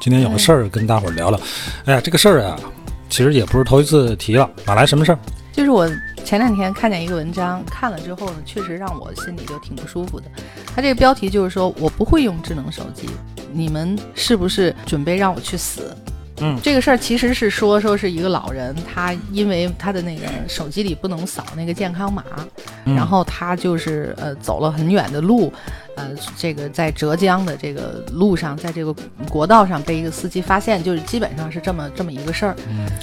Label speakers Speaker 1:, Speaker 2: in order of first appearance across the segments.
Speaker 1: 今天有个事儿跟大伙儿聊聊。哎呀，这个事儿啊，其实也不是头一次提了。马来什么事儿？
Speaker 2: 就是我前两天看见一个文章，看了之后呢，确实让我心里就挺不舒服的。它这个标题就是说我不会用智能手机，你们是不是准备让我去死？
Speaker 1: 嗯
Speaker 2: 这个事儿其实是说说是一个老人，他因为他的那个手机里不能扫那个健康码，
Speaker 1: 嗯
Speaker 2: 然后他就是呃走了很远的路，呃，这个在浙江的这个路上，在这个国道上被一个司机发现，就是基本上是这么这么一个事儿。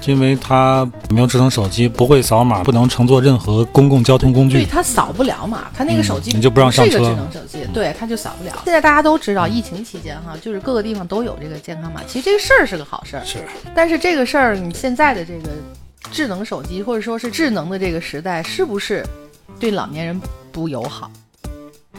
Speaker 1: 因为他没有智能手机，不会扫码，不能乘坐任何公共交通工
Speaker 2: 对
Speaker 1: 具。
Speaker 2: 他扫不了嘛，他那个手机、
Speaker 1: 嗯你就不让上
Speaker 2: 是一个
Speaker 1: 车嗯
Speaker 2: 智能手机，对，他就扫不了。现在大家都知道，疫情期间哈，就是各个地方都有这个健康码，其实这个事儿是个好事儿，
Speaker 1: 是，
Speaker 2: 但是这个事儿，你现在的这个智能手机或者说是智能的这个时代，是不是对老年人不友好？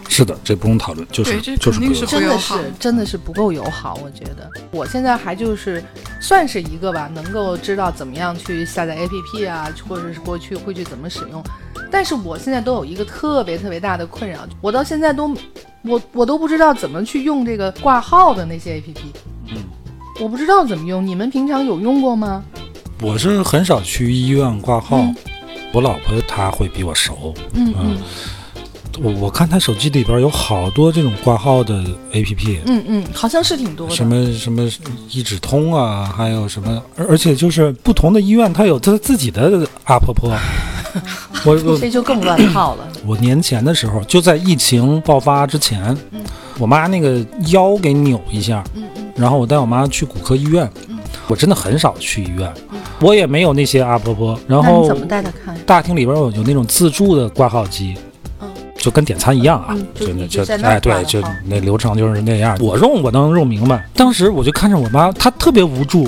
Speaker 1: 是的，这不用讨论，就是
Speaker 3: 对这
Speaker 1: 就是
Speaker 3: 肯定是
Speaker 1: 不
Speaker 3: 不
Speaker 2: 真
Speaker 3: 友
Speaker 2: 的是
Speaker 3: 好
Speaker 2: 真的是不够友好，我觉得我现在还就是算是一个吧，能够知道怎么样去下载 APP 啊，或者是过去会去怎么使用。但是我现在都有一个特别特别大的困扰，我到现在都我我都不知道怎么去用这个挂号的那些 APP，
Speaker 1: 嗯，
Speaker 2: 我不知道怎么用。你们平常有用过吗？
Speaker 1: 我是很少去医院挂号，我老婆她会比我熟。
Speaker 2: 嗯
Speaker 1: 嗯我我看她手机里边有好多这种挂号的 APP，、
Speaker 2: 嗯嗯，好像是挺多的。
Speaker 1: 什么什么一指通啊，还有什么，而而且就是不同的医院它有它自己的 app。我我
Speaker 2: 这就更乱套了。
Speaker 1: 我年前的时候，就在疫情爆发之前，我妈那个腰给扭一下，
Speaker 2: 嗯嗯
Speaker 1: 然后我带我妈去骨科医院。我真的很少去医院，我也没有那些阿婆婆。然
Speaker 2: 嗯那你
Speaker 1: 后
Speaker 2: 怎么带他看呀？
Speaker 1: 大厅里边有有那种自助的挂号机。
Speaker 2: 嗯
Speaker 1: 就跟点餐一样啊，
Speaker 2: 嗯就
Speaker 1: 那
Speaker 2: 你就在那
Speaker 1: 哎，
Speaker 2: 儿挂
Speaker 1: 对，
Speaker 2: 了
Speaker 1: 就
Speaker 2: 哈
Speaker 1: 那流程就是那样。我用我能用明白，当时我就看着我妈，她特别无 助，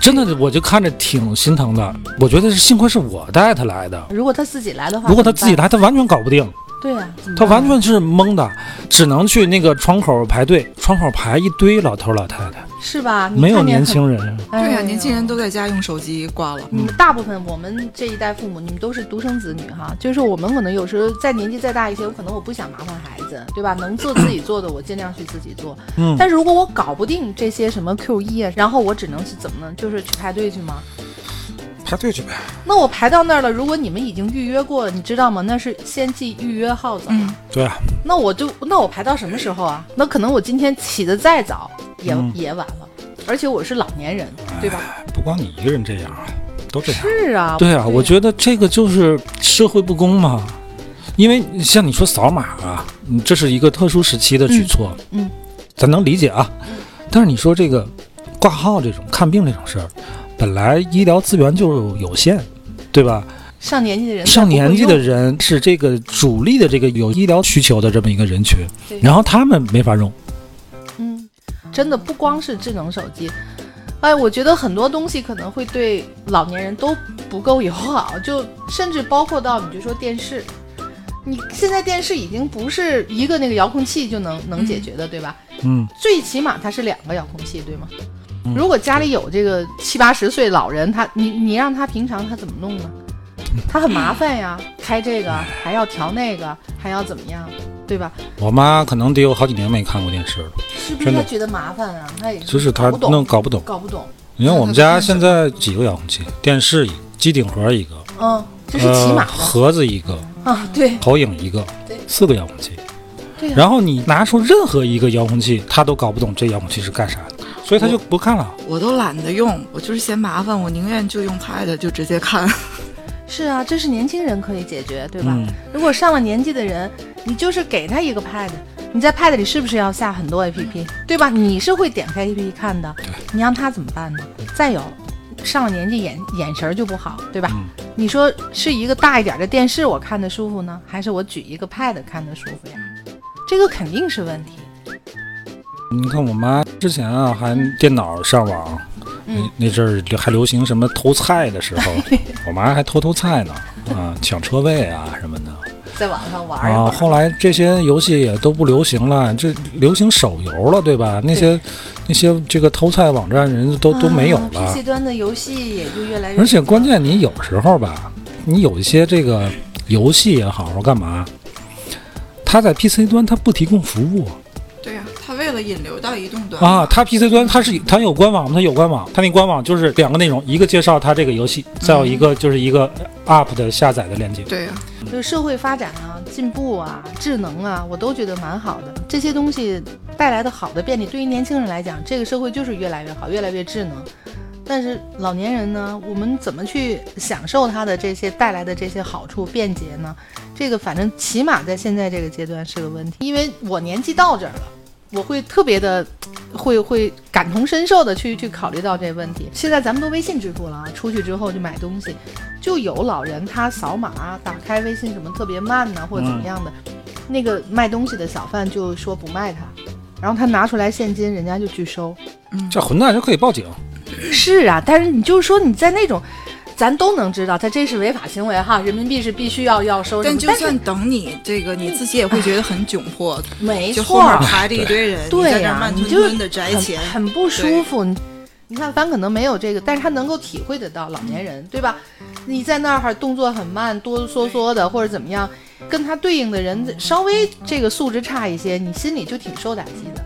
Speaker 1: 真的，我就看着挺心疼的。我觉得是幸亏是我带她来的，
Speaker 2: 如果他自己来的话，
Speaker 1: 如果她自己
Speaker 2: 来，
Speaker 1: 来，她完全搞不定。
Speaker 2: 对呀、啊，怎么
Speaker 1: 他
Speaker 2: 办
Speaker 1: 完全
Speaker 2: 呀
Speaker 1: 是懵的，只能去那个窗口排队，窗口排一堆老头老太太，
Speaker 2: 是吧？你
Speaker 1: 没有
Speaker 2: 嗯看见
Speaker 1: 年
Speaker 2: 很
Speaker 1: 轻人。
Speaker 2: 哎
Speaker 3: 对呀、啊
Speaker 2: 呦
Speaker 3: 年轻人。都在家用手机挂了。
Speaker 2: 你们大部分我们这一代父母，你们都是独生子女哈，就是我们可能有时候再年纪再大一些，我可能我不想麻烦孩子，对吧？能做自己做的，我尽量去自己做。
Speaker 1: 嗯
Speaker 2: 但是如果我搞不定这些什么 Q E 啊，然后我只能是怎么呢？就是去排队去吗？
Speaker 1: 排队去呗。
Speaker 2: 那我排到那儿了，如果你们已经预约过了，你知道吗？那是先记预约号走。
Speaker 3: 嗯，
Speaker 1: 对啊，
Speaker 2: 那我就那我排到什么时候啊？那可能我今天起得再早，也、
Speaker 1: 嗯
Speaker 2: 也晚了，而且我是老年人，对吧？
Speaker 1: 不光你一个人这样啊，都这样。
Speaker 2: 是啊，
Speaker 1: 对啊，我觉得这个就是社会不公嘛。因为像你说扫码啊，嗯这是一个特殊时期的举措，
Speaker 2: 嗯嗯
Speaker 1: 咱能理解啊。但是你说这个挂号这种看病这种事儿，本来医疗资源就有限，对吧？
Speaker 2: 上年纪的人才
Speaker 1: 上
Speaker 2: 不会
Speaker 1: 年纪
Speaker 2: 用
Speaker 1: 的人是这个主力的这个有医疗需求的这么一个人群
Speaker 2: 对，
Speaker 1: 然后他们没法用，
Speaker 2: 嗯，真的不光是智能手机，哎，我觉得很多东西可能会对老年人都不够友好，就甚至包括到你就说电视，你现在电视已经不是一个那个遥控器就能能解决的，对吧？
Speaker 1: 嗯，
Speaker 2: 最起码它是两个遥控器，对吗？如果家里有这个七八十岁老人，他你你让他平常他怎么弄呢？他很麻烦呀，开这个还要调那个，还要怎么样，对吧？
Speaker 1: 我妈可能得有好几年没看过电视了，
Speaker 2: 是不是
Speaker 1: 真的
Speaker 2: 他觉得麻烦啊？他也
Speaker 1: 就是她
Speaker 2: 搞不懂
Speaker 1: 弄搞不懂。
Speaker 2: 搞不懂，
Speaker 1: 你看我们家现在几个遥控器，电视一个，机顶盒一个，
Speaker 2: 嗯，这是起
Speaker 1: 呃，
Speaker 2: 码的、
Speaker 1: 盒子一个，
Speaker 2: 啊，对
Speaker 1: 投影一个
Speaker 2: 对，
Speaker 1: 四个遥控器。
Speaker 2: 对啊呀、
Speaker 1: 然后你拿出任何一个遥控器，她都搞不懂这遥控器是干啥的，所以她就不看了。
Speaker 3: 我都懒得用，我就是嫌麻烦，我宁愿就用 Pad 就直 接看。
Speaker 2: 是啊，这是年轻人可以解决，对吧？
Speaker 1: 嗯
Speaker 2: 如果上了年纪的人，你就是给他一个 Pad，你在 Pad 里是不是要下很多 APP，对
Speaker 1: 嗯
Speaker 2: 吧？你是会点开 APP 看的，你让他怎么办呢？再有，上了年纪眼眼神儿就不好，对吧？
Speaker 1: 嗯
Speaker 2: 你说是一个大一点的电视我看的舒服呢，还是我举一
Speaker 1: 嗯
Speaker 2: 个 Pad 看的舒服呀？这个肯定是问题。
Speaker 1: 你看我妈之前啊，还电脑上网，
Speaker 2: 嗯
Speaker 1: 那那阵儿还流行什么偷菜的时 候，我妈还偷偷菜呢，啊，抢车位啊什么的。
Speaker 2: 在网上玩一
Speaker 1: 啊，
Speaker 2: 玩。
Speaker 1: 后来这些游戏也都不流行了，这流行手游了，对吧？那些那些这个偷菜网站人都、都没有
Speaker 2: 啊
Speaker 1: 了
Speaker 2: PC，端的游戏也就越来越，
Speaker 1: 而且关键你有时候吧，你有一些这个游戏也好或干嘛，它在 PC 端它不提供服务
Speaker 3: 对
Speaker 4: 啊
Speaker 3: 呀、他为了引流到移动端
Speaker 1: 啊，它 PC 端它是它有官网吗，它有官网，它那官网就是两个内容，一个介绍它这个游戏，再有一个就是一个 App 的下载的链接。
Speaker 4: 啊
Speaker 3: 对呀、
Speaker 2: 就是社会发展啊、进步啊、智能啊，我都觉得蛮好的。这些东西带来的好的便利，对于年轻人来讲，这个社会就是越来越好，越来越智能。但是老年人呢，我们怎么去享受它的这些带来的这些好处、便捷呢？这个反正起码在现在这个阶段是个问题，因为我年纪到这儿了，我会特别的会会感同身受的去去考虑到这问题。现在咱们都微信支付了啊，出去之后就买东西，就有老人他扫码啊打开微信什么特别慢呐，或者怎么样的，那个卖东西的小贩就说不卖他。然后他拿出来现金，人家就拒收。
Speaker 1: 这混蛋就可以报警，
Speaker 2: 是啊，但是你就是说你在那种，咱都能知道他这是违法行为哈，人民币是必须要要收什么。
Speaker 3: 但就算等你这个，你自己也会觉得很窘迫，
Speaker 2: 没
Speaker 3: 就
Speaker 2: 错
Speaker 3: 后面
Speaker 2: 儿，
Speaker 3: 排着一堆人，
Speaker 2: 对
Speaker 3: 你在那
Speaker 2: 呀
Speaker 3: 儿慢
Speaker 2: 你
Speaker 3: 吞
Speaker 2: 就
Speaker 3: 吞的摘钱，
Speaker 2: 很很不舒服。你你看，凡可能没有这个，但是他能够体会得到老年人，对吧？你在那儿动作很慢、哆哆嗦嗦的，或者怎么样，跟他对应的人稍微这个素质差一些，你心里就挺受打击的。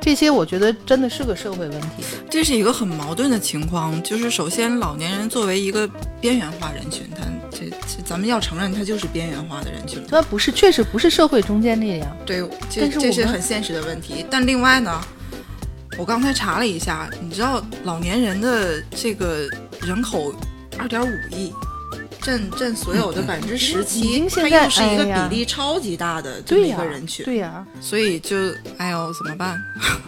Speaker 2: 这些我觉得真的是个社会问题。
Speaker 3: 这是一个很矛盾的情况，就是首先老年人作为一个边缘化人群，他这这咱们要承认他就是边缘化的人群，
Speaker 2: 他不是，确实不是社会中坚力量。
Speaker 3: 对，这
Speaker 2: 但是我
Speaker 3: 这
Speaker 2: 们
Speaker 3: 是很现实的问题。但另外呢，我刚才查了一下，你知道老年人的这个人口二点五亿。占占所有的百分之十
Speaker 2: 嗯已
Speaker 3: 七
Speaker 2: 经，
Speaker 3: 它
Speaker 2: 现在
Speaker 3: 又是一个
Speaker 2: 哎呀
Speaker 3: 比例超级大的这么
Speaker 2: 对
Speaker 3: 一
Speaker 2: 呀、
Speaker 3: 个人群，
Speaker 2: 对呀、
Speaker 3: 所以就哎呦怎么办？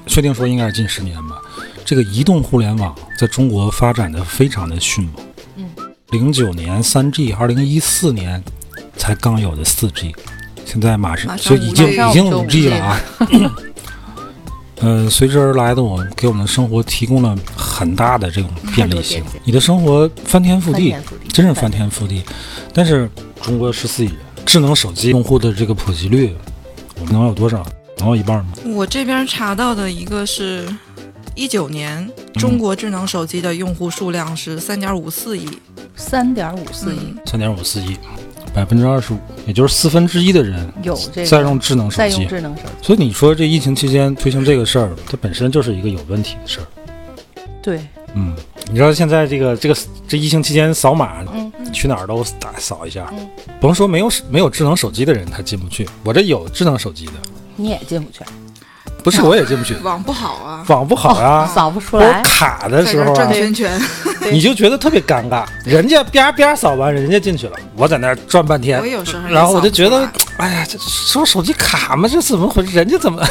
Speaker 1: 确定说应该是近十年吧。这个移动互联网在中国发展的非常的迅猛。
Speaker 2: 嗯，
Speaker 1: 零九年三 G，二零一四年才刚有的四 G，现在马上
Speaker 3: 马上
Speaker 1: 就已经
Speaker 3: 五 G
Speaker 1: 已经五 G 了啊。嗯，随之而来的我们给我们的生活提供了很大的这种便利性
Speaker 2: 太多便捷，
Speaker 1: 你的生活翻天覆
Speaker 2: 翻
Speaker 1: 地
Speaker 2: 天，覆地，
Speaker 1: 真是翻天覆地。但是中国十四亿人，智能手机用户的这个普及率，我们能有多少？能有一半吗？
Speaker 3: 我这边查到的一个是，一九年
Speaker 1: 嗯
Speaker 3: 中国智能手机的用户数量是三点五四亿，
Speaker 2: 三点五四亿
Speaker 3: 嗯，，
Speaker 1: 三点五四亿，百分之二十五，也就是四分之一的人
Speaker 2: 有这个
Speaker 1: 在用智能手
Speaker 2: 在用
Speaker 1: 机。
Speaker 2: 智能手机。
Speaker 1: 所以你说这疫情期间推行这个事儿，它本身就是一个有问题的事儿。
Speaker 2: 对，
Speaker 1: 嗯，你知道现在这个这个这疫情期间扫码，
Speaker 2: 嗯，
Speaker 1: 去哪儿都打扫一下
Speaker 2: 嗯，
Speaker 1: 甭说没有没有智能手机的人他进不去，我这有智能手机的，
Speaker 2: 你也进不去，
Speaker 1: 不是我也进不去
Speaker 3: 网不好啊，
Speaker 1: 网不好 呀，
Speaker 2: 扫不出
Speaker 1: 或者
Speaker 2: 来。
Speaker 1: 卡的
Speaker 3: 在
Speaker 1: 时
Speaker 3: 这
Speaker 1: 候
Speaker 3: 儿
Speaker 1: 啊
Speaker 3: 转。圈圈，
Speaker 2: 对
Speaker 1: 你就觉得特别尴尬，人家边边扫完，人家进去了，我在那儿转半天
Speaker 3: 我，有时候也
Speaker 1: 然后我就
Speaker 3: 扫不
Speaker 1: 觉得
Speaker 3: 出来，
Speaker 1: 哎呀，这说手机卡吗？这怎么回事？人家怎么？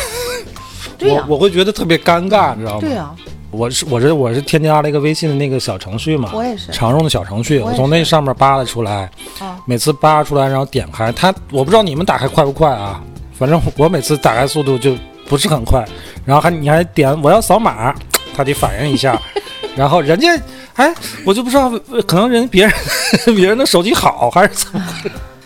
Speaker 2: 对呀、
Speaker 1: 我我会觉得特别尴尬，你知道吗？
Speaker 2: 对呀、
Speaker 1: 我是我这我是添加了一个微信的那个小程序嘛，
Speaker 2: 我也是。
Speaker 1: 常用的小程序，
Speaker 2: 我也
Speaker 1: 我
Speaker 2: 是
Speaker 1: 从那上面扒拉出来，
Speaker 2: 啊
Speaker 1: 每次扒拉出来然后点开它，我不知道你们打开快不快啊，反正我每次打开速度就不是很快，然后还你还点我要扫码，它得反应一下，然后人家哎，我就不知道，呃可能人别人 别人的手机好还是怎么，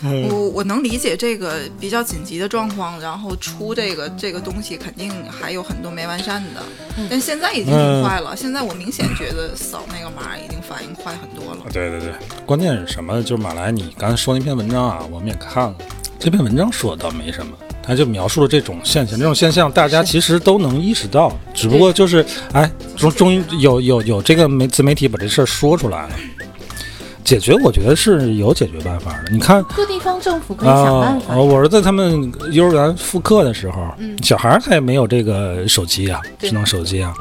Speaker 1: 嗯
Speaker 3: 我我能理解这个比较紧急的状况，然后出这个这个东西肯定还有很多没完善的，
Speaker 2: 嗯
Speaker 3: 但现在已经很快了，现在我明显觉得扫那个码已经反应快很多了。
Speaker 1: 对对对，关键是什么？就是马来，你刚才说那篇文章啊，我们也看了。这篇文章说的倒没什么，他就描述了这种现象，这种现象大家其实都能意识到，只不过就是哎，终终于有有有这个媒自媒体把这事儿说出来了。解决，我觉得是有解决办法的。你看，
Speaker 2: 各地方政府可以想
Speaker 1: 啊
Speaker 2: 办、法。嗯
Speaker 1: 呃我儿子他们幼儿园复课的时候，小孩儿他也没有这个手机啊，
Speaker 2: 对
Speaker 1: 智能手机啊，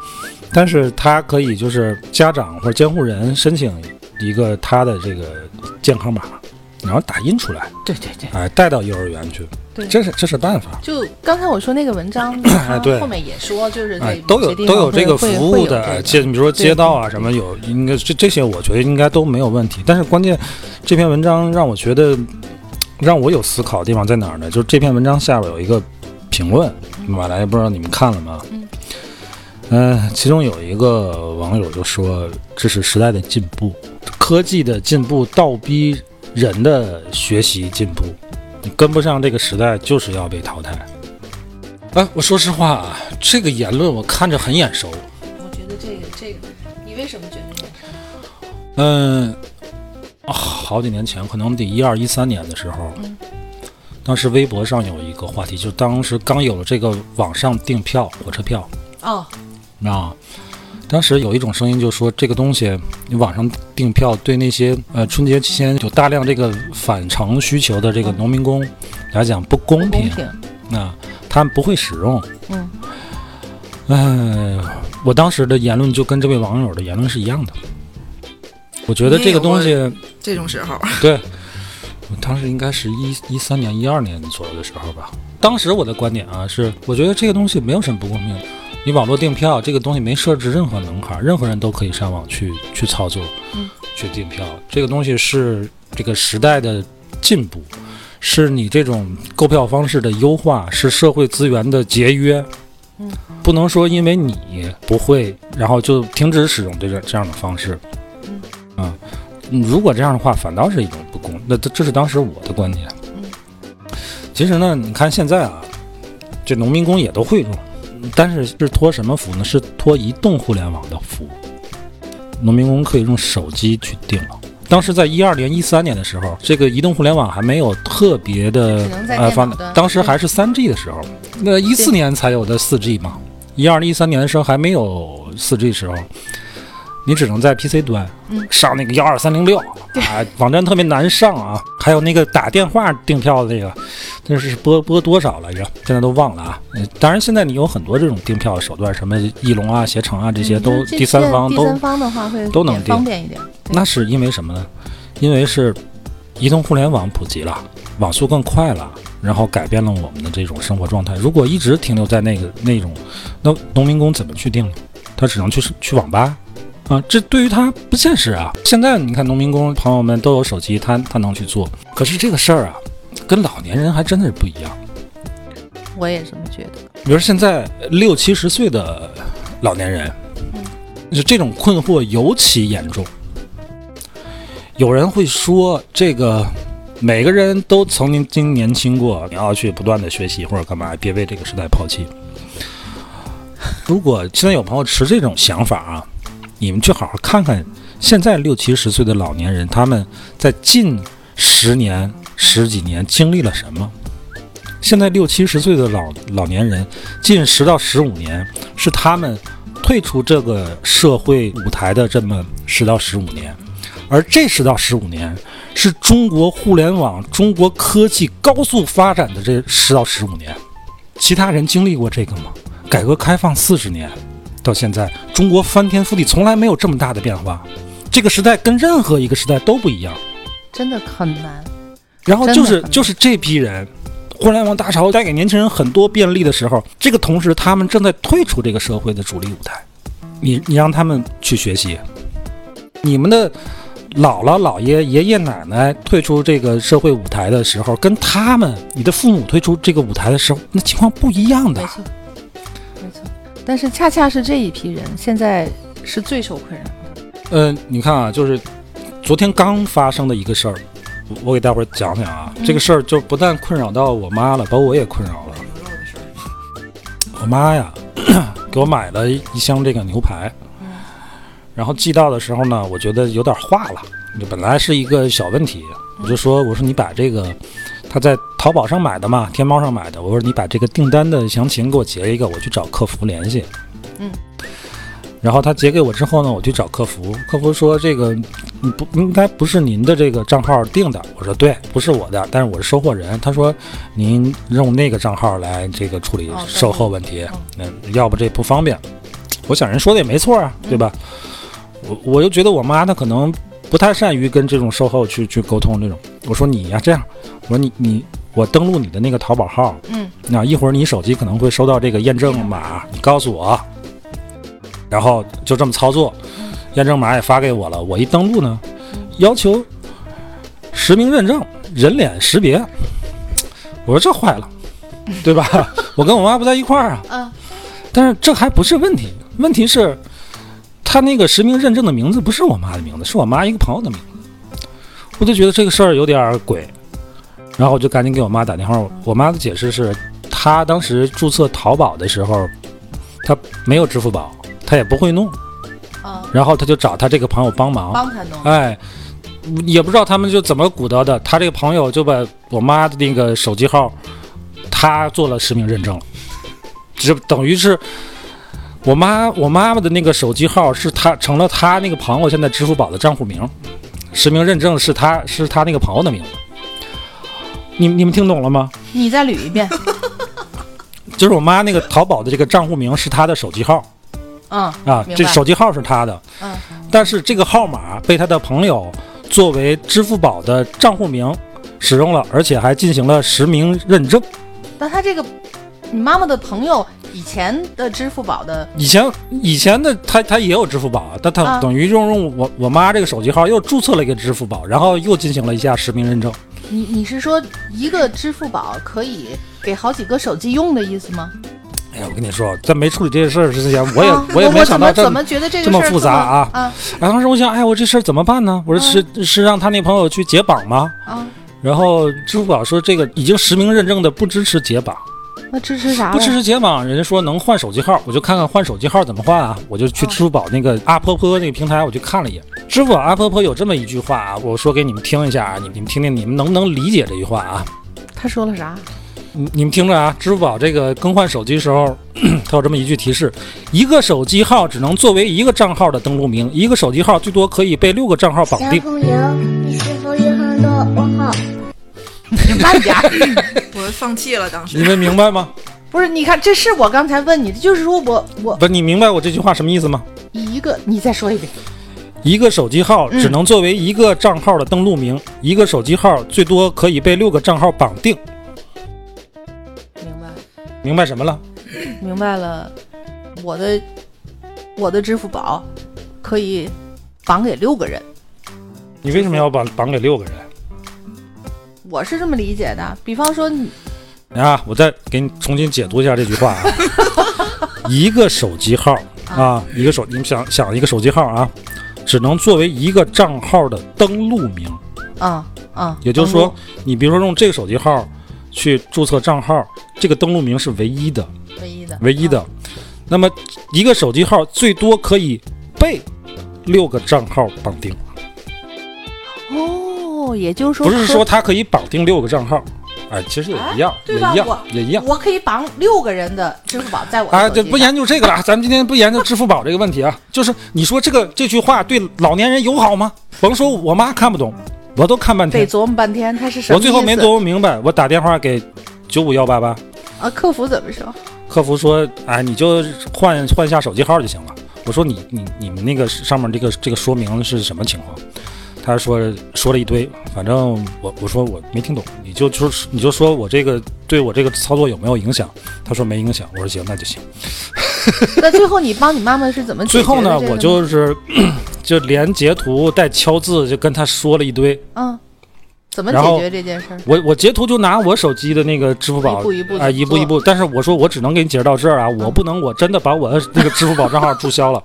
Speaker 1: 但是他可以就是家长或者监护人申请一个他的这个健康码，然后打印出来，
Speaker 2: 对对对，
Speaker 1: 哎，带到幼儿园去，
Speaker 2: 对
Speaker 1: 这是这是办法。
Speaker 2: 就刚才我说那个文 章，
Speaker 1: 哎
Speaker 2: 它
Speaker 1: 对
Speaker 2: 后面也说，就是
Speaker 1: 哎
Speaker 2: 这，
Speaker 1: 都有
Speaker 2: 这地
Speaker 1: 都
Speaker 2: 方
Speaker 1: 有这
Speaker 2: 会
Speaker 1: 个
Speaker 2: 会
Speaker 1: 服
Speaker 2: 会
Speaker 1: 务
Speaker 2: 有
Speaker 1: 的，
Speaker 2: 这
Speaker 1: 哎
Speaker 2: 个
Speaker 1: 街，比如说街道啊
Speaker 2: 对
Speaker 1: 什么有，应该这这些我觉得应该都没有问题。但是关键，这篇文章让我觉得，让我有思考的地方在哪儿呢？就是这篇文章下边有一个评论，马来不知道你们看了吗？
Speaker 2: 嗯
Speaker 1: 嗯，其中有一个网友就说，这是时代的进步，科技的进步倒逼人的学习进步，你跟不上这个时代，就是要被淘汰。哎，我说实话啊，这个言论我看着很眼熟。
Speaker 2: 我觉得这个这个，你为什么觉得？
Speaker 1: 嗯，啊好几年前，可能得一二一三年的时候，当时微博上有一个话题，就当时刚有了这个网上订票火车票，
Speaker 2: 哦，
Speaker 1: 啊，当时有一种声音就说这个东西，你网上订票对那些呃春节期间有大量这个返程需求的这个农民工来讲不公
Speaker 2: 不
Speaker 1: 平，
Speaker 2: 公平。
Speaker 1: 啊，他们不会使用。
Speaker 2: 嗯，
Speaker 1: 哎，我当时的言论就跟这位网友的言论是一样的。我觉得
Speaker 3: 你
Speaker 1: 这
Speaker 3: 也
Speaker 1: 个
Speaker 3: 有
Speaker 1: 东
Speaker 3: 过
Speaker 1: 西，
Speaker 3: 这种时候，
Speaker 1: 对，我当时应该是一一三年、一二年左右的时候吧。当时我的观点啊是，我觉得这个东西没有什么不公平。你网络订票这个东西没设置任何门槛，任何人都可以上网去去操作，
Speaker 2: 嗯
Speaker 1: 去订票。这个东西是这个时代的进步，是你这种购票方式的优化，是社会资源的节约。
Speaker 2: 嗯，
Speaker 1: 不能说因为你不会，然后就停止使用这个这样的方式。
Speaker 2: 嗯
Speaker 1: 啊，嗯如果这样的话，反倒是一种不公。那这这是当时我的观点。
Speaker 2: 嗯
Speaker 1: 其实呢，你看现在啊，这农民工也都会用，但是是托什么福呢？是托移动互联网的福。农民工可以用手机去订了。当时在一二年、一三年的时候，这个移动互联网还没有特别的
Speaker 2: 只能在
Speaker 1: 呃
Speaker 2: 电脑
Speaker 1: 发
Speaker 2: 端嗯
Speaker 1: 达，当时还是三 G 的时候，那一四年才有的四 G 嘛，一二一三年的时候还没有四 G 时候，你只能在 PC 端、
Speaker 2: 嗯
Speaker 1: 上那个幺二三零六啊，网站特别难上啊，还有那个打电话订票的那个，那是拨拨多少来着？现在都忘了啊。呃当然，现在你有很多这种订票手段，什么翼龙啊、携程啊这些都
Speaker 2: 嗯这
Speaker 1: 第三
Speaker 2: 这
Speaker 1: 方
Speaker 2: 第
Speaker 1: 都
Speaker 2: 三方的话会
Speaker 1: 都能
Speaker 2: 也
Speaker 1: 定
Speaker 2: 方便一点。对
Speaker 1: 那是因为什么呢？因为是移动互联网普及了，网速更快了，然后改变了我们的这种生活状态。如果一直停留在那个那种，那农民工怎么去定呢？他只能去去网吧。啊，这对于他不现实啊！现在你看，农民工朋友们都有手机，他他能去做。可是这个事儿啊，跟老年人还真的是不一样。
Speaker 2: 我也这么觉得。
Speaker 1: 比如现在六七十岁的老年人，就这种困惑尤其严重。有人会说，这个每个人都曾经经年轻过，你要去不断的学习或者干嘛，别被这个时代抛弃。如果现在有朋友持这种想法啊，你们去好好看看，现在六七十岁的老年人，他们在近十年、十几年经历了什么？现在六七十岁的老老年人，近十到十五年是他们退出这个社会舞台的这么十到十五年，而这十到十五年是中国互联网、中国科技高速发展的这十到十五年。其他人经历过这个吗？改革开放四十年到现在，中国翻天覆地，从来没有这么大的变化。这个时代跟任何一个时代都不一样。
Speaker 2: 真的很难。
Speaker 1: 然后就
Speaker 2: 真的
Speaker 1: 是
Speaker 2: 很难
Speaker 1: 就是这批人，互联网大潮带给年轻人很多便利的时候，这个同时他们正在退出这个社会的主力舞台，你你让他们去学习，你们的姥姥姥爷爷爷奶奶退出这个社会舞台的时候，跟他们你的父母退出这个舞台的时候，那情况不一样的
Speaker 2: 没。错，没错。但是恰恰是这一批人，现在是最受困扰的。
Speaker 1: 嗯、你看啊，就是昨天刚发生的一个事儿，我我给大伙儿讲讲啊，这个事儿就不但困扰到我妈了，把我也困扰了。我妈呀， 给我买了一箱这个牛排，然后寄到的时候呢，我觉得有点化了，这本来是一个小问题，我就说我说你把这个。他在淘宝上买的嘛，天猫上买的。我说你把这个订单的详情给我截一个，我去找客服联系。
Speaker 2: 嗯。
Speaker 1: 然后他截给我之后呢，我去找客服，客服说这个你不应该不是您的这个账号订的。我说对，不是我的，但是我是收货人。他说您用那个账号来这个处理
Speaker 2: 哦
Speaker 1: 售后问题，嗯，要不这不方便。我想人说的也没错啊，对吧？我我就觉得我妈她可能不太善于跟这种售后去去沟通这种。我说你呀、这样，我说你你我登录你的那个淘宝号，
Speaker 2: 嗯，
Speaker 1: 那一会儿你手机可能会收到这个验证码，你告诉我，然后就这么操作，
Speaker 2: 嗯
Speaker 1: 验证码也发给我了，我一登录呢，要求实名认证、人脸识别， 我说这坏了，对吧？我跟我妈不在一块儿啊，
Speaker 2: 嗯
Speaker 1: 但是这还不是问题，问题是，他那个实名认证的名字不是我妈的名字，是我妈一个朋友的名字，我就觉得这个事儿有点儿鬼，然后我就赶紧给我妈打电话，我妈的解释是，她当时注册淘宝的时候，她没有支付宝，她也不会弄，
Speaker 2: 啊，
Speaker 1: 然后她就找她这个朋友帮忙，
Speaker 2: 帮他弄，
Speaker 1: 哎，也不知道他们就怎么鼓捣的，他这个朋友就把我妈的那个手机号，他做了实名认证了，只等于是我妈我妈妈的那个手机号是他成了他那个朋友现在支付宝的账户名，实名认证是他是他那个朋友的名字。你你们听懂了吗？
Speaker 2: 你再捋 一遍，
Speaker 1: 就是我妈那个淘宝的这个账户名是她的手机号
Speaker 2: 嗯
Speaker 1: 啊，
Speaker 2: 明
Speaker 1: 这
Speaker 2: 白
Speaker 1: 手机号是她的，
Speaker 2: 嗯，
Speaker 1: 但是这个号码被他的朋友作为支付宝的账户名使用了，而且还进行了实名认证。
Speaker 2: 那他这个你妈妈的朋友以前的支付宝的
Speaker 1: 以前以前的他他也有支付宝啊，但他
Speaker 2: 啊
Speaker 1: 等于用用我我妈这个手机号又注册了一个支付宝，然后又进行了一下实名认证。
Speaker 2: 你你是说一个支付宝可以给好几个手机用的意思吗？
Speaker 1: 哎呀，我跟你说，在没处理这件事儿之前，我也、
Speaker 2: 啊
Speaker 1: 我也没想到
Speaker 2: 怎
Speaker 1: 这
Speaker 2: 么怎么觉得这个
Speaker 1: 这
Speaker 2: 事
Speaker 1: 么
Speaker 2: 儿
Speaker 1: 复杂啊
Speaker 2: 啊
Speaker 1: 然后当时我想，哎，我这事儿怎么办呢？我说是、
Speaker 2: 嗯
Speaker 1: 是让他那朋友去解绑吗？
Speaker 2: 啊！
Speaker 1: 然后支付宝说这个已经实名认证的不支持解绑。
Speaker 2: 那支持啥？
Speaker 1: 不支持解绑，人家说能换手机号，我就看看换手机号怎么换啊。我就去
Speaker 2: 哦
Speaker 1: 支付宝那个阿婆婆那个平台，我去看了一眼。支付宝阿婆婆有这么一句话啊，我说给你们听一下啊，你你们听听，你们能不能理解这句话啊？
Speaker 2: 他说了啥？
Speaker 1: 你你们听着啊，支付宝这个更换手机时候， 它有这么一句提示：一个手机号只能作为一个账号的登录名，一个手机号最多可以被六个账号绑
Speaker 5: 小
Speaker 1: 定。
Speaker 5: 朋友，你是否有很多问号？
Speaker 2: 慢点儿，
Speaker 3: 我放弃了当
Speaker 1: 你
Speaker 3: 时。
Speaker 1: 们明白吗？
Speaker 2: 不是，你看，这是我刚才问你的，就是说我我
Speaker 1: 不是，你明白我这句话什么意思吗？
Speaker 2: 一个，你再说一遍，
Speaker 1: 一个手机号只能作为一个账号的登录名，一个手机号最多可以被六个账号绑定。
Speaker 2: 明白
Speaker 1: 明白什么了？
Speaker 2: 明白了，我的我的支付宝可以绑给六个人，
Speaker 1: 你为什么要绑绑给六个人
Speaker 2: 我是这么理解的。比方说你，
Speaker 1: 啊？我再给你重新解读一下这句话啊。一个手机号啊，一个手，你们想想一个手机号啊，只能作为一个账号的登录名。
Speaker 2: 啊啊，
Speaker 1: 也就是说，你比如说用这个手机号去注册账号，这个登录名是唯一的，
Speaker 2: 登录唯一的
Speaker 1: 唯一的。那么一个手机号最多可以被六个账号绑定，
Speaker 2: 哦，也就是说
Speaker 1: 不是
Speaker 2: 可
Speaker 1: 说它可以绑定六个账号，哎，其实也一样，也
Speaker 2: 啊对
Speaker 1: 一
Speaker 2: 吧
Speaker 1: 样
Speaker 2: 我，
Speaker 1: 也一样。
Speaker 2: 我可以绑六个人的支付宝在我的
Speaker 1: 啊，
Speaker 2: 手机
Speaker 1: 这不
Speaker 2: 上
Speaker 1: 研究这个了， 咱们今天不研究支付宝这个问题啊。就是你说这个这句话对老年人友好吗？甭说我妈看不懂，我都看半
Speaker 2: 得
Speaker 1: 天，
Speaker 2: 琢磨半天，他是什么
Speaker 1: 我最后没
Speaker 2: 意思
Speaker 1: 琢磨明白。我打电话给九五幺八八，
Speaker 2: 啊，客服怎么说？
Speaker 1: 客服说，哎，你就换换一下手机号就行了。我说你你你们那个上面这个这个说明是什么情况？他说说了一堆，反正我我说我没听懂，你就说你就说我这个对我这个操作有没有影响？他说没影响，我说行，那就行。
Speaker 2: 那最后你帮你妈妈是怎么解
Speaker 1: 最
Speaker 2: 决的
Speaker 1: 后呢，
Speaker 2: 这个嗯
Speaker 1: 我就是 咳就连截图带敲字，就跟他说了一堆。
Speaker 2: 嗯，怎么
Speaker 1: 然后
Speaker 2: 解决这件事儿？
Speaker 1: 我我截图就拿我手机的那个支付宝
Speaker 2: 一步一步地
Speaker 1: 啊，一步
Speaker 2: 做
Speaker 1: 一步。但是我说我只能给你解释到这儿啊，我不能我真的把我的那个支付宝账号注销了，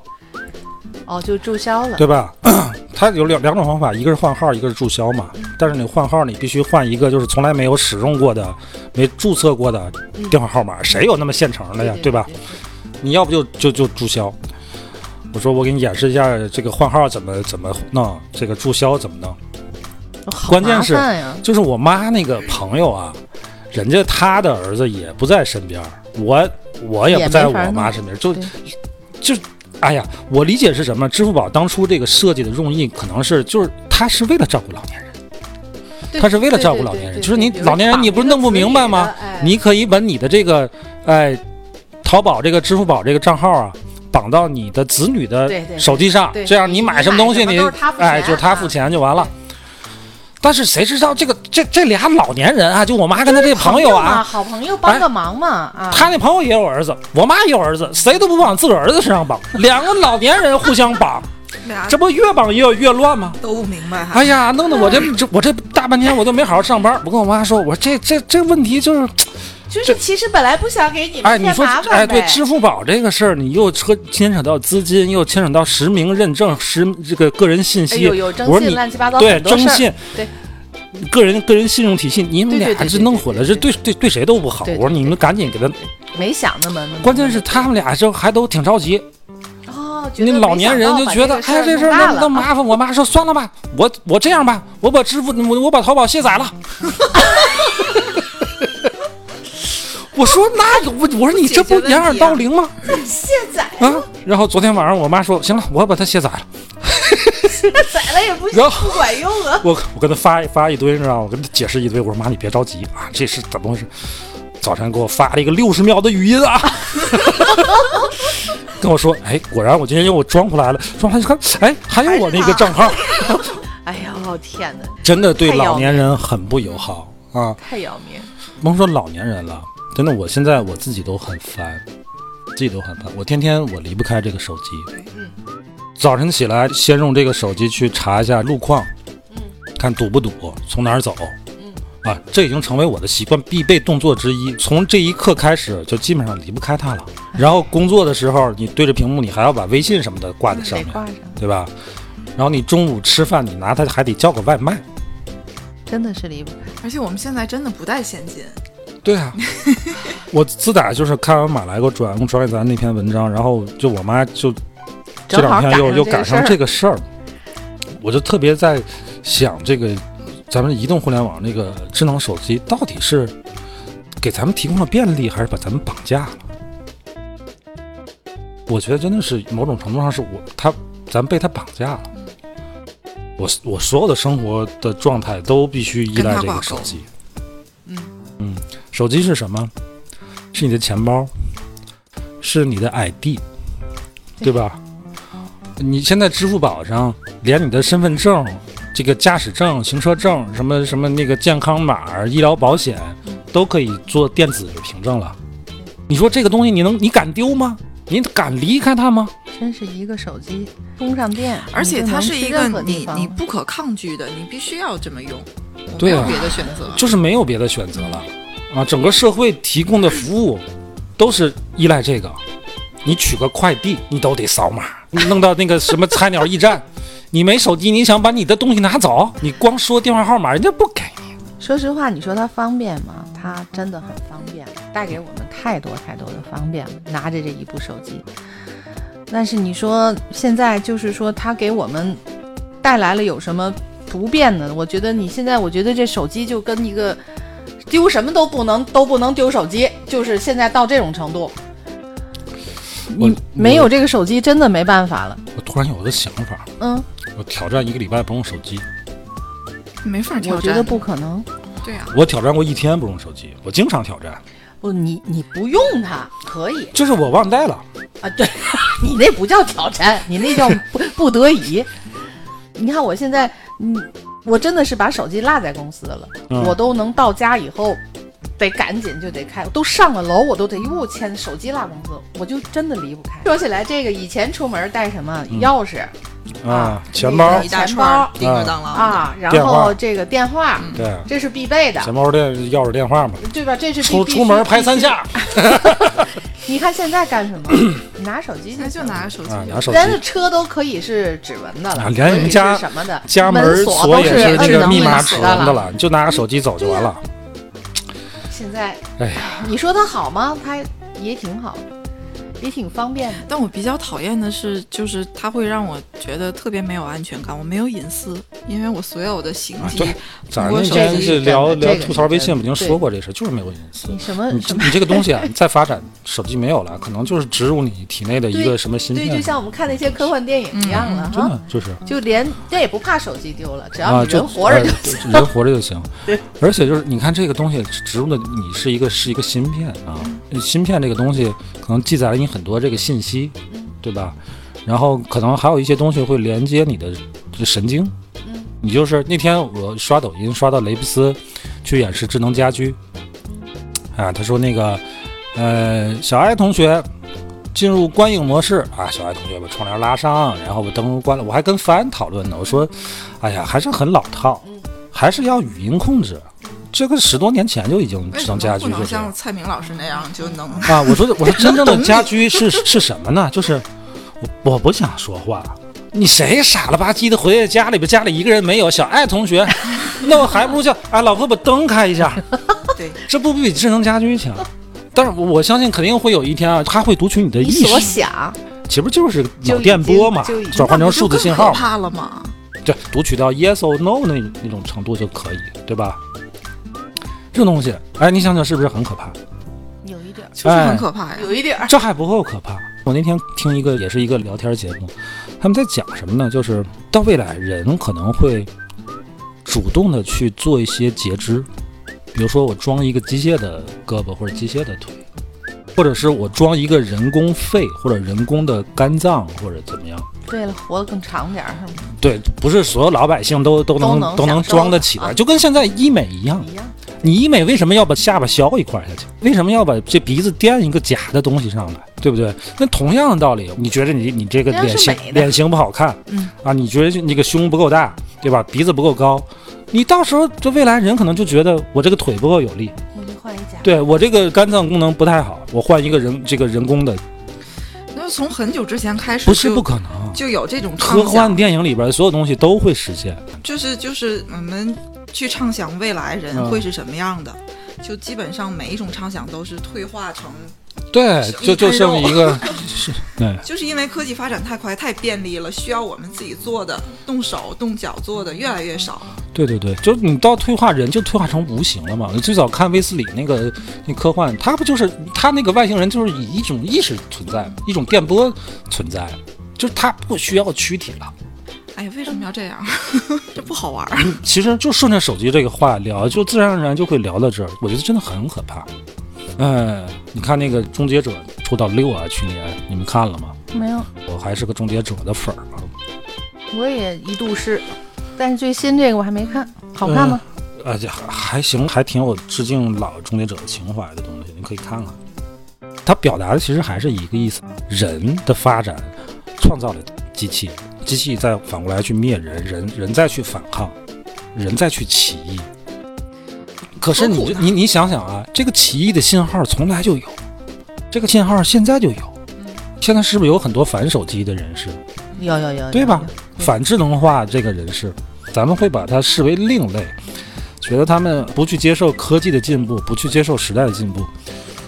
Speaker 2: 哦，就注销了。
Speaker 1: 对吧？ 它有两两种方法，一个是换号，一个是注销嘛。但是你换号，你必须换一个就是从来没有使用过的、没注册过的电话号码，谁有那么现成哎的呀，嗯对吧？？你要不就就就注销。我说我给你演示一下这个换号怎么怎么弄，这个注销怎么弄。
Speaker 2: 哦好
Speaker 1: 关键是
Speaker 2: 麻烦呀，
Speaker 1: 就是我妈那个朋友啊，人家她的儿子也不在身边儿，我我也
Speaker 2: 也
Speaker 1: 不在
Speaker 2: 没法
Speaker 1: 我妈
Speaker 2: 弄
Speaker 1: 身边儿，就
Speaker 2: 对
Speaker 1: 就哎呀，我理解是什么？支付宝当初这个设计的用意，可能是就是它是为了照顾老年人。
Speaker 2: 对
Speaker 1: 他是为了
Speaker 2: 对
Speaker 1: 照顾
Speaker 2: 对
Speaker 1: 老
Speaker 2: 对
Speaker 1: 年人
Speaker 2: 对
Speaker 1: 就是
Speaker 2: 对
Speaker 1: 你
Speaker 2: 比如
Speaker 1: 老年人
Speaker 2: 绑
Speaker 1: 你不是
Speaker 2: 一个
Speaker 1: 弄不
Speaker 2: 子
Speaker 1: 明白吗
Speaker 2: 女的？哎
Speaker 1: 你可以把你的这个哎，淘宝这个支付宝这个账号啊，绑到你的子女的
Speaker 2: 对对
Speaker 1: 手机上，
Speaker 2: 对
Speaker 1: 这样
Speaker 2: 你
Speaker 1: 你
Speaker 2: 你
Speaker 1: 买什么
Speaker 2: 买
Speaker 1: 东西
Speaker 2: 什么
Speaker 1: 你
Speaker 2: 都是他付钱
Speaker 1: 哎就是他付
Speaker 2: 啊
Speaker 1: 钱就完了。但是谁知道这个这这俩老年人啊，就我妈跟她这朋友
Speaker 2: 嘛
Speaker 1: 啊，
Speaker 2: 好朋友帮
Speaker 1: 哎
Speaker 2: 个忙嘛啊。
Speaker 1: 她那朋友也有儿子，我妈也有儿子，谁都不往自个儿子身上绑，两个老年人互相 绑，
Speaker 2: 啊
Speaker 3: 俩
Speaker 1: 这不越绑越越乱吗？
Speaker 3: 都不明白哈。
Speaker 1: 哎呀，弄得我这这我这大半天我都没好好上班。我跟我妈说，我说这这这问题就是
Speaker 6: 就是其实本来不想给你
Speaker 1: 哎，
Speaker 6: 们
Speaker 1: 你
Speaker 6: 添
Speaker 1: 说
Speaker 6: 麻烦呗。
Speaker 1: 哎，对，支付宝这个事儿，你又扯牵扯到资金，又牵扯到实名认证、实这个个人信
Speaker 2: 哎
Speaker 1: 息，
Speaker 2: 呦有征
Speaker 1: 我说
Speaker 2: 信
Speaker 1: 你
Speaker 2: 乱七八糟
Speaker 1: 对
Speaker 2: 很多
Speaker 1: 征
Speaker 2: 事儿，
Speaker 1: 信，
Speaker 2: 对
Speaker 1: 个人个人信用体系，你们
Speaker 2: 对对
Speaker 1: 俩
Speaker 2: 对
Speaker 1: 这
Speaker 2: 对
Speaker 1: 弄
Speaker 2: 对
Speaker 1: 混
Speaker 2: 对
Speaker 1: 了，这对
Speaker 2: 对
Speaker 1: 对对谁都不好。
Speaker 2: 对
Speaker 1: 我说
Speaker 2: 对
Speaker 1: 你们赶紧给他，
Speaker 2: 没想那么。
Speaker 1: 关键是他们俩就还都挺着急，
Speaker 2: 哦，觉
Speaker 1: 那
Speaker 2: 得
Speaker 1: 老
Speaker 2: 没
Speaker 1: 年
Speaker 2: 想
Speaker 1: 人
Speaker 2: 到
Speaker 1: 就
Speaker 2: 把
Speaker 1: 觉得，哎，这
Speaker 2: 这
Speaker 1: 事
Speaker 2: 事
Speaker 1: 儿
Speaker 2: 弄大
Speaker 1: 那
Speaker 2: 了
Speaker 1: 那 麻烦。我妈说，算了吧，我我这样吧，我把支付，我我把淘宝卸载 了。我说那有我我说你这不
Speaker 2: 啊
Speaker 1: 掩耳盗铃吗？
Speaker 6: 卸载
Speaker 1: 啊！然后昨天晚上我妈说，行了，我把它卸载了。
Speaker 6: 宰了也不
Speaker 1: 然后
Speaker 6: 不管用啊。
Speaker 1: 我我跟她发发一堆，你知道吗？我跟她解释一堆，我说妈，你别着急啊，这是怎么回事？早晨给我发了一个六十秒的语音啊， 跟我说，哎，果然我今天又装回来了，装回来一看，哎，还有我那个账号。
Speaker 6: 哎呀，我天哪，
Speaker 1: 真的对
Speaker 6: 太要
Speaker 1: 老年人很不友好啊！
Speaker 6: 太要命！
Speaker 1: 甭说老年人了，真的，我现在我自己都很烦，自己都很烦。我天天我离不开这个手机。早晨起来先用这个手机去查一下路况，看堵不堵，从哪儿走。啊，这已经成为我的习惯必备动作之一。从这一刻开始，就基本上离不开它了。然后工作的时候，你对着屏幕，你还要把微信什么的挂在上
Speaker 3: 嗯
Speaker 2: 得
Speaker 1: 面，
Speaker 2: 挂上，
Speaker 1: 对吧？然后你中午吃饭，你拿它还得叫个外卖。
Speaker 2: 真的是离不开。
Speaker 3: 而且我们现在真的不带现金，
Speaker 1: 对 啊，我自打就是看完马来给我转转给咱那篇文章，然后就我妈就这
Speaker 2: 正好
Speaker 1: 两天又又赶
Speaker 2: 赶上这个
Speaker 1: 上
Speaker 2: 事儿
Speaker 1: 这个事儿，我就特别在想这个咱们移动互联网那个智能手机到底是给咱们提供了便利，还是把咱们绑架了？我觉得真的是某种程度上是我他咱被他绑架了。我我所有的生活的状态都必须依赖这个手机。嗯嗯，手机是什么？是你的钱包，是你的 ID，对吧？你现在支付宝上连你的身份证、这个驾驶证、行车证、什么什么那个健康码、医疗保险，都可以做电子凭证了。你说这个东西你能你敢丢吗？你敢离开它吗？
Speaker 2: 真是一个手机充上电，
Speaker 3: 而且
Speaker 2: 你就
Speaker 3: 它
Speaker 2: 能
Speaker 3: 是
Speaker 2: 去
Speaker 3: 一个
Speaker 2: 任何地
Speaker 3: 你
Speaker 2: 方
Speaker 3: 你不可抗拒的，你必须要这么用，我没
Speaker 1: 对
Speaker 3: 有
Speaker 1: 啊
Speaker 3: 别的选择。
Speaker 1: 就是没有别的选择了啊！整个社会提供的服务都是依赖这个。你取个快递，你都得扫码，你弄到那个什么菜鸟驿站， 你没手机，你想把你的东西拿走，你光说电话号码，人家不给你。
Speaker 2: 说实话，你说它方便吗？它真的很方便，带给我们太多太多的方便了。拿着这一部手机，但是你说现在就是说它给我们带来了有什么不便呢？我觉得你现在，我觉得这手机就跟一个丢什么都不能都不能丢手机，就是现在到这种程度，
Speaker 1: 我
Speaker 2: 你没有这个手机真的没办法了。
Speaker 1: 我突然有个想法，
Speaker 2: 嗯，
Speaker 1: 我挑战一个礼拜不用手机。
Speaker 3: 没法挑
Speaker 2: 我觉
Speaker 3: 战，
Speaker 2: 得不可能。
Speaker 3: 对啊，
Speaker 1: 我挑战过一天不用手机，我经常挑战，
Speaker 2: 不，你你不用它可以
Speaker 1: 就是我忘带了。
Speaker 2: 啊，对 你那不叫挑战，你那叫不不得已。你看我现在，嗯，我真的是把手机落在公司了，
Speaker 1: 嗯
Speaker 2: 我都能到家以后。得赶紧就得开，都上了楼，我都得又牵手机落公司，我就真的离不开。说起来这个，以前出门带什么钥匙、
Speaker 1: 啊
Speaker 2: 啊，
Speaker 1: 钱包
Speaker 2: 那，个
Speaker 3: 一大
Speaker 2: 钱
Speaker 3: 串
Speaker 2: 包
Speaker 3: 儿叮叮当啷的。
Speaker 2: 啊，然
Speaker 1: 电话
Speaker 2: 后这个电话，
Speaker 3: 嗯
Speaker 1: 对，啊
Speaker 2: 这是必备的，
Speaker 1: 钱包的钥匙、电话嘛，
Speaker 2: 对吧？这是必
Speaker 1: 出
Speaker 2: 必
Speaker 1: 出
Speaker 2: 须
Speaker 1: 门拍三下
Speaker 2: 你看现在干什 么？拿手机
Speaker 3: 那就
Speaker 2: 行了
Speaker 3: 拿个手机
Speaker 1: 啊，
Speaker 3: 就
Speaker 1: 拿手机。
Speaker 2: 咱的车都可以是指纹的
Speaker 1: 啊
Speaker 2: 了，
Speaker 1: 连
Speaker 2: 可以
Speaker 1: 人家
Speaker 2: 是什么的
Speaker 1: 家门
Speaker 2: 门
Speaker 1: 儿锁
Speaker 2: 都
Speaker 1: 也
Speaker 2: 是
Speaker 1: 是那
Speaker 2: 智
Speaker 1: 个
Speaker 2: 能
Speaker 1: 密
Speaker 2: 门
Speaker 1: 码
Speaker 2: 锁
Speaker 1: 指纹的
Speaker 2: 了。
Speaker 1: 了，你就拿个手机走就完了。
Speaker 2: 现在，
Speaker 1: 哎呀
Speaker 2: 你说它好吗？它也挺好，也挺方便的。
Speaker 3: 但我比较讨厌的是，就是它会让我觉得特别没有安全感，我没有隐私，因为我所有的行
Speaker 1: 啊
Speaker 3: 迹，
Speaker 1: 对咱
Speaker 3: 我
Speaker 1: 那
Speaker 3: 手
Speaker 1: 天
Speaker 2: 机
Speaker 1: 是
Speaker 2: 真
Speaker 1: 聊
Speaker 2: 的
Speaker 1: 聊
Speaker 2: 这个
Speaker 1: 吐槽
Speaker 2: 是
Speaker 1: 微
Speaker 2: 真
Speaker 1: 信，不
Speaker 2: 的
Speaker 1: 已经
Speaker 2: 对嗯
Speaker 1: 说过这事，就是没有隐私。
Speaker 2: 你什么
Speaker 1: 你
Speaker 2: 什
Speaker 1: 这
Speaker 2: 么？
Speaker 1: 你这个东西啊，再发展，手机没有了，可能就是植入你体内的一个
Speaker 2: 对
Speaker 1: 什么芯
Speaker 2: 对，就
Speaker 1: 片，
Speaker 2: 像我们看那些科幻电影一样了
Speaker 1: 嗯真
Speaker 2: 哈
Speaker 1: 的，就是。
Speaker 2: 就连这也不怕手机丢了，只要
Speaker 1: 啊，
Speaker 2: 你
Speaker 1: 就
Speaker 2: 人活着就
Speaker 1: 哎
Speaker 2: 行。
Speaker 1: 人活着就行。
Speaker 2: 对，
Speaker 1: 而且就是你看这个东西植入的，你是一个是一个芯片啊，
Speaker 2: 嗯
Speaker 1: 芯片这个东西可能记载了你很多这个信息，对吧？然后可能还有一些东西会连接你的神经。
Speaker 2: 嗯
Speaker 1: 你就是那天我刷抖音刷到雷布斯去演示智能家居，啊，他说那个呃小爱同学。进入观影模式啊，小爱同学把窗帘拉上，然后把灯关了。我还跟凡讨论呢，我说哎呀，还是很老套，还是要语音控制。这个十多年前就已经
Speaker 3: 为
Speaker 1: 智
Speaker 3: 什
Speaker 1: 能
Speaker 3: 么
Speaker 1: 家
Speaker 3: 不
Speaker 1: 居就
Speaker 3: 能
Speaker 1: 是
Speaker 3: 像蔡明老师那样就能？
Speaker 1: 啊。我说的，我说真正的家居是是什么呢？就是我我不想说话。你谁傻了吧唧的回家里边，家里一个人没有，小爱同学，那我还不如叫哎老婆把灯开一下，
Speaker 3: 对，
Speaker 1: 这不比智能家居强？但是我我相信肯定会有一天啊，它会读取你的意
Speaker 2: 你所
Speaker 1: 识，
Speaker 2: 想，
Speaker 1: 其实就是
Speaker 2: 就
Speaker 1: 脑
Speaker 2: 已
Speaker 1: 电波
Speaker 2: 经
Speaker 1: 嘛
Speaker 2: 就已，经
Speaker 1: 转换成数字信
Speaker 3: 那
Speaker 1: 号
Speaker 3: 不就
Speaker 1: 嘛。
Speaker 3: 更可怕了吗？
Speaker 1: 对，读取到 yes or no 那那种程度就可以，对吧？这东西，哎，你想想是不是很可怕？
Speaker 2: 有一点儿，
Speaker 3: 就是
Speaker 1: 哎
Speaker 3: 很可怕呀。
Speaker 2: 有一点儿，
Speaker 1: 这还不够可怕。我那天听一个也是一个聊天节目，他们在讲什么呢？就是到未来人可能会主动的去做一些截肢，比如说我装一个机械的胳膊或者机械的腿，或者是我装一个人工肺或者人工的肝脏或者怎么样。
Speaker 2: 为了活得更长点儿，是吗？
Speaker 1: 对，不是所有老百姓都都能
Speaker 2: 都能享受
Speaker 1: 装得起来，
Speaker 2: 啊
Speaker 1: 就跟现在医美一样。
Speaker 2: 一样，
Speaker 1: 你医美为什么要把下巴削一块儿下去？为什么要把这鼻子垫一个假的东西上来？对不对？那同样的道理，你觉得你你这个
Speaker 2: 那要是
Speaker 1: 脸型
Speaker 2: 美的
Speaker 1: 脸型不好看，
Speaker 7: 嗯
Speaker 1: 啊，你觉得你个胸不够大，对吧？鼻子不够高，你到时候这未来人可能就觉得我这个腿不够有力，
Speaker 2: 我就换一家。
Speaker 1: 对我这个肝脏功能不太好，我换一个人这个人工的，
Speaker 3: 那从很久之前开始就，
Speaker 1: 不是不可能。
Speaker 3: 就有嗯这种
Speaker 1: 科
Speaker 3: 畅
Speaker 1: 幻
Speaker 3: 想，
Speaker 1: 电影里边所有东西都会实现，
Speaker 3: 就是就是我们去畅想未来人
Speaker 1: 嗯
Speaker 3: 会是什么样的，就基本上每一种畅想都是退化成，
Speaker 1: 对，
Speaker 3: 是
Speaker 1: 就就剩一个，是，对，
Speaker 3: 就是因为科技发展太快太便利了，需要我们自己做的、动手动脚做的越来越少。
Speaker 1: 对对对，就是你到退化人就退化成无形了嘛。最早看威斯里那个那科幻，他不就是他那个外星人就是以一种意识存在，一种电波存在，就是他不需要躯体了。
Speaker 3: 哎呀，为什么要这 样？这不好玩儿。
Speaker 1: 其实就顺着手机这个话聊，就自然而然就会聊到这儿。我觉得真的很可怕。哎，你看那个《终结者》出到六啊，去年你们看了吗？
Speaker 2: 没有，
Speaker 1: 我还是个《终结者》的粉儿啊。
Speaker 2: 我也一度是，但是最新这个我还没看，好看吗？
Speaker 1: 呃，这还还行，还挺有致敬老终结者的情怀的东西，你可以看看。它表达的其实还是一个意思：人的发展创造了机器，机器再反过来去灭人，人人再去反抗，人再去起义。可是你
Speaker 3: 何苦
Speaker 1: 这
Speaker 3: 呢
Speaker 1: 你你想想啊，这个起义的信号从来就有，这个信号现在就有。现在是不是有很多反手机的人士？
Speaker 2: 有有有，有
Speaker 1: 对吧？
Speaker 2: 有
Speaker 1: 反智能化这个人士，咱们会把他视为另类，觉得他们不去接受科技的进步，不去接受时代的进步，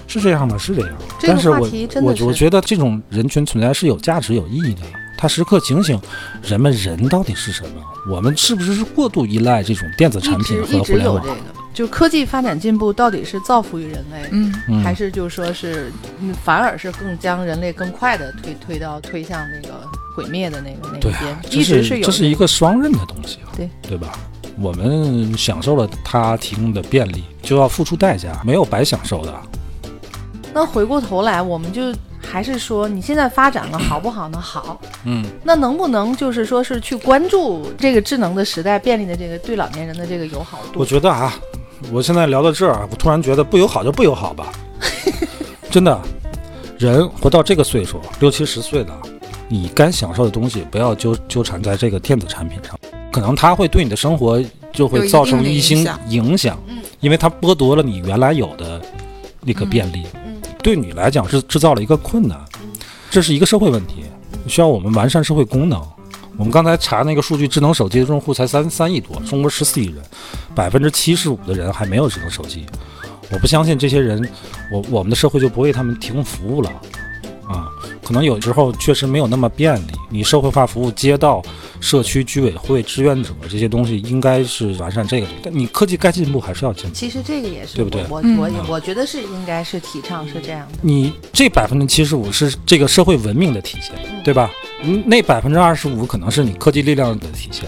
Speaker 1: 是这样吗？是这样。
Speaker 2: 这个
Speaker 1: 但是
Speaker 2: 话
Speaker 1: 我
Speaker 2: 题真
Speaker 1: 我
Speaker 2: 的是
Speaker 1: 我觉得这种人群存在是有价值、有意义的。他时刻警醒人们，人到底是什么？我们是不是过度依赖这种电子产
Speaker 2: 一
Speaker 1: 品
Speaker 2: 直
Speaker 1: 和
Speaker 2: 一
Speaker 1: 互
Speaker 2: 直
Speaker 1: 联
Speaker 2: 有
Speaker 1: 网
Speaker 2: 这？个，就是科技发展进步到底是造福于人类，
Speaker 3: 嗯，
Speaker 1: 嗯
Speaker 2: 还是就是说是，嗯，反而是更将人类更快的推推到推向那个毁灭的那个那一
Speaker 1: 对
Speaker 2: 边
Speaker 1: 啊，，这
Speaker 2: 一直
Speaker 1: 是
Speaker 2: 有
Speaker 1: 这是一个双刃的东西啊，
Speaker 2: 对
Speaker 1: 对吧？我们享受了它提供的便利，就要付出代价，没有白享受的。
Speaker 2: 那回过头来，我们就还是说，你现在发展了好不好呢？好，
Speaker 1: 嗯，
Speaker 2: 那能不能就是说是去关注这个智能的时代便利的这个对老年人的这个友好
Speaker 1: 我
Speaker 2: 度？
Speaker 1: 觉得啊，我现在聊到这儿啊，我突然觉得不友好就不友好 吧，真的，人活到这个岁数，六七十岁了，你该享受的东西不要纠纠缠在这个电子产品上，可能它会对你的生活就
Speaker 3: 有
Speaker 1: 会
Speaker 3: 一
Speaker 1: 造
Speaker 3: 定
Speaker 1: 成
Speaker 3: 的
Speaker 1: 一
Speaker 3: 影
Speaker 1: 些
Speaker 3: 响嗯
Speaker 1: 影响，因为它剥夺了你原来有的那个便利，对你来讲是制造了一个困难，
Speaker 3: 嗯
Speaker 1: 这是一个社会问题，需要我们完善社会功能。我们刚才查那个数据，智能手机的用户才三三亿多，中国十四亿人，百分之七十五的人还没有智能手机。我不相信这些人，我我们的社会就不为他们提供服务了，啊，可能有时候确实没有那么便利。你社会化服务、街道、社区居委会、志愿者这些东西，应该是完善这个。但你科技该进步还是要进步。
Speaker 2: 其实这个也是，
Speaker 1: 对不对嗯
Speaker 2: 我
Speaker 3: 嗯
Speaker 2: 我我也我觉得是应该是提倡是这样的，
Speaker 1: 你这百分之七十五是这个社会文明的体现，对吧？嗯那百分之二十五可能是你科技力量的体现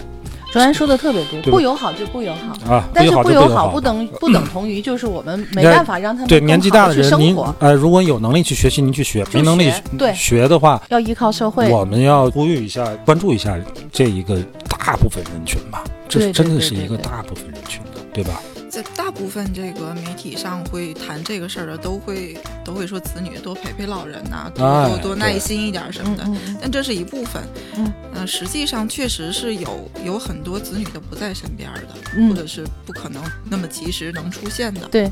Speaker 2: 卓然说的特别对，
Speaker 1: 对吧
Speaker 2: 不友好就不友好。
Speaker 1: 啊。
Speaker 2: 但是
Speaker 1: 不友好就
Speaker 2: 友
Speaker 1: 不友
Speaker 2: 好
Speaker 1: 好
Speaker 2: 不等不等同于就是我们没
Speaker 1: 那
Speaker 2: 办法让他们
Speaker 1: 对
Speaker 2: 更
Speaker 1: 年纪
Speaker 2: 好地
Speaker 1: 大的
Speaker 2: 去
Speaker 1: 人，
Speaker 2: 生
Speaker 1: 您
Speaker 2: 活，
Speaker 1: 呃，如果有能力去学习，您去学；没能力
Speaker 2: 学对
Speaker 1: 学的话，
Speaker 2: 要依靠社会。
Speaker 1: 我们要呼吁一下，关注一下这一个大部分人群吧，这
Speaker 2: 对对
Speaker 1: 真的
Speaker 2: 对
Speaker 1: 是
Speaker 2: 对
Speaker 1: 一个
Speaker 2: 对
Speaker 1: 大部分人群的，对吧？
Speaker 3: 在大部分这个媒体上会谈这个事儿的，都会都会说子女多陪陪老人呐、多
Speaker 1: 哎
Speaker 3: 多多
Speaker 1: 对
Speaker 3: 耐心一点什么的。
Speaker 6: 嗯嗯
Speaker 3: 但这是一部分，
Speaker 6: 嗯
Speaker 3: 呃实际上确实是有有很多子女的不在身边的，
Speaker 6: 嗯
Speaker 3: 或者是不可能那么及时能出现的。
Speaker 6: 对，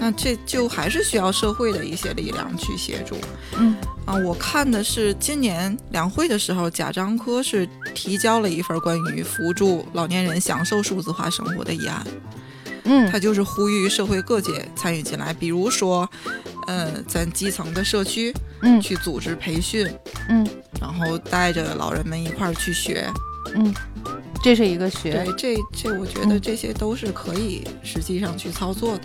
Speaker 3: 那这就还是需要社会的一些力量去协助。
Speaker 6: 嗯
Speaker 3: 啊，我看的是今年两会的时候，贾樟柯是提交了一份关于扶助老年人享受数字化生活的议案。
Speaker 6: 嗯
Speaker 3: 他就是呼吁社会各界参与进来，比如说，呃，咱基层的社区，
Speaker 6: 嗯
Speaker 3: 去组织培训，
Speaker 6: 嗯，
Speaker 3: 然后带着老人们一块儿去学。
Speaker 6: 这是一个学
Speaker 3: 对，这这我
Speaker 1: 嗯
Speaker 3: 觉得这些都是可以实际上去操作的。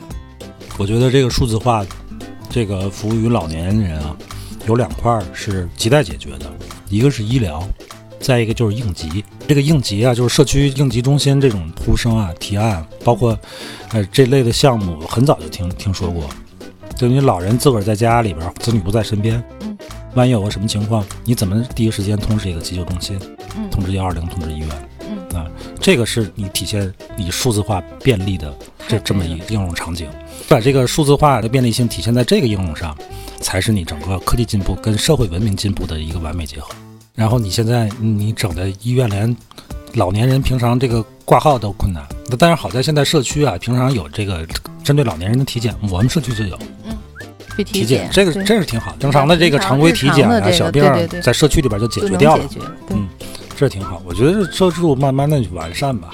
Speaker 1: 我觉得这个数字化，这个服务于老年人啊，有两块儿是亟待解决的，一个是医疗，再一个就是应急。这个应急啊，就是社区应急中心这种呼声啊、提案，包括呃这类的项目，很早就听听说过。就你老人自个儿在家里边儿，子女不在身边，
Speaker 6: 嗯，
Speaker 1: 万一有个什么情况，你怎么第一时间通知这个急救中心，
Speaker 6: 嗯
Speaker 1: 通知幺二零，通知医院，
Speaker 6: 嗯
Speaker 1: 啊，这个是你体现你数字化便利的 这这么一应用场景，把这个数字化的便利性体现在这个应用上，才是你整个科技进步跟社会文明进步的一个完美结合。然后你现在你整的医院连老年人平常这个挂号都困难，那但是好在现在社区啊，平常有这个针对老年人的体检，我们社区就有
Speaker 6: 去
Speaker 1: 体
Speaker 6: 体
Speaker 1: 检
Speaker 6: 检，，
Speaker 1: 这个
Speaker 6: 对
Speaker 1: 真是挺好。正常的这个常规体检
Speaker 6: 日常
Speaker 1: 啊，
Speaker 6: 的
Speaker 1: 小
Speaker 6: 这
Speaker 1: 病
Speaker 6: 个
Speaker 1: 儿
Speaker 6: 对对对
Speaker 1: 在社区里边就解
Speaker 6: 就
Speaker 1: 决
Speaker 6: 能
Speaker 1: 掉了
Speaker 6: 解。决，对
Speaker 1: 嗯，这挺好。我觉得这制度慢慢的完善吧。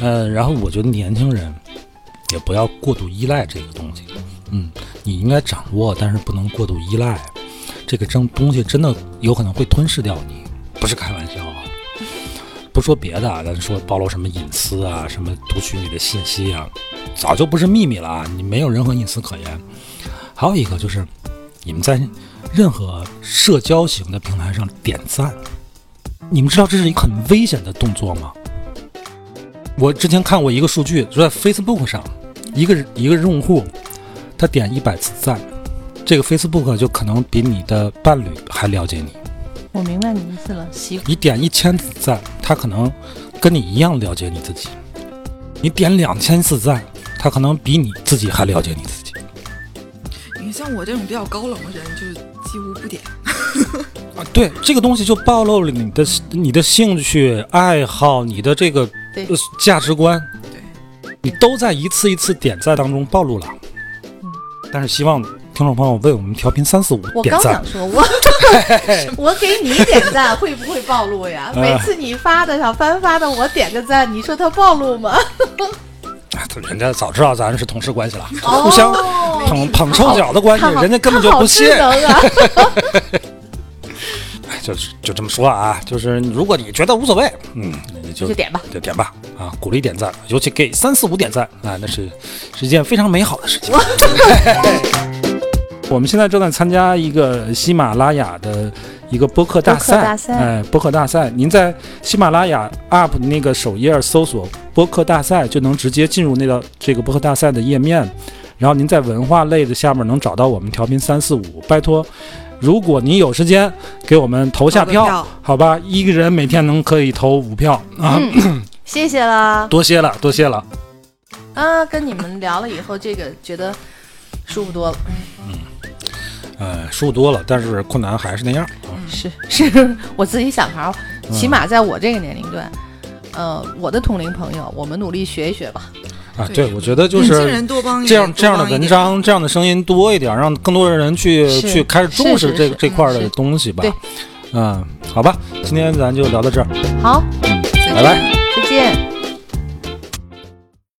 Speaker 1: 呃，然后我觉得年轻人也不要过度依赖这个东西。嗯，你应该掌握，但是不能过度依赖。这个真东西真的有可能会吞噬掉你，不是开玩笑啊。不说别的啊，咱说暴露什么隐私啊，什么读取你的信息啊，早就不是秘密了啊，你没有任何隐私可言。还有一个就是，你们在任何社交型的平台上点赞，你们知道这是一个很危险的动作吗？我之前看过一个数据，就在 Facebook 上，一个一个用户他点一百次赞，这个 Facebook 就可能比你的伴侣还了解你。
Speaker 6: 我明白你意思了，习
Speaker 1: 你 点一千次赞，他可能跟你一样了解你自己；你点两千次赞，他可能比你自己还了解你自己。
Speaker 3: 你像我这种比较高冷的人，就是几乎不点。
Speaker 1: 啊，对，这个东西就暴露了你的你的兴趣爱好，你的这个
Speaker 6: 嗯对
Speaker 1: 呃价值观，
Speaker 3: 对，
Speaker 1: 你都在一次一次点赞当中暴露了。但是希望听众朋友为我们调频三四五
Speaker 6: 嗯我
Speaker 1: 点
Speaker 6: 刚
Speaker 1: 赞
Speaker 6: 想。说， 我我给你点赞会不会暴露呀？
Speaker 1: 啊
Speaker 6: 每次你发的小帆发的，我点个赞，你说他暴露吗？
Speaker 1: 哎人家早知道咱是同事关系了，
Speaker 6: 哦
Speaker 1: 互相捧捧臭脚的关系
Speaker 6: 他，好
Speaker 1: 人家根本就
Speaker 6: 他好
Speaker 1: 不信
Speaker 6: 智。能 啊！
Speaker 1: 哎就是就这么说啊，就是如果你觉得无所谓，嗯，那你就
Speaker 6: 就点吧，
Speaker 1: 就点吧啊，鼓励点赞，尤其给三四五点赞啊，那是是一件非常美好的事 情。我们现在正在参加一个喜马拉雅的一个播客大
Speaker 6: 播
Speaker 1: 赛，
Speaker 6: 客大赛
Speaker 1: 哎，播客大赛，您在喜马拉雅 App 那个首页搜索“播客大赛”，就能直接进入那个这个播客大赛的页面。然后您在文化类的下面能找到我们调频三四五，拜托，如果您有时间给我们投下票，
Speaker 4: 投个票
Speaker 1: 好吧，一个人每天能可以投五票啊，
Speaker 6: 谢谢啦
Speaker 1: 多谢了，多谢了。
Speaker 6: 啊！跟你们聊了以后，这个觉得舒服多了。
Speaker 1: 呃，舒服多了，但是困难还是那样。
Speaker 6: 是 是，我自己想孩儿，起码在我这个年龄段，呃，我的同龄朋友，我们努力学一学吧。
Speaker 1: 啊，
Speaker 3: 对
Speaker 1: 对，我觉得就
Speaker 3: 年轻
Speaker 1: 是
Speaker 3: 人多帮一
Speaker 1: 这样
Speaker 3: 点
Speaker 1: 这样的文，章、这样的声音多一点，让更多的人去
Speaker 6: 是
Speaker 1: 去开始重视
Speaker 6: 是是
Speaker 1: 这个
Speaker 6: 是
Speaker 1: 这块儿的
Speaker 6: 是
Speaker 1: 东西吧
Speaker 6: 对。
Speaker 1: 嗯，好吧，今天咱就聊到这儿，
Speaker 6: 好，
Speaker 1: 嗯，
Speaker 3: 多帮一点
Speaker 1: 拜拜。
Speaker 6: 再见。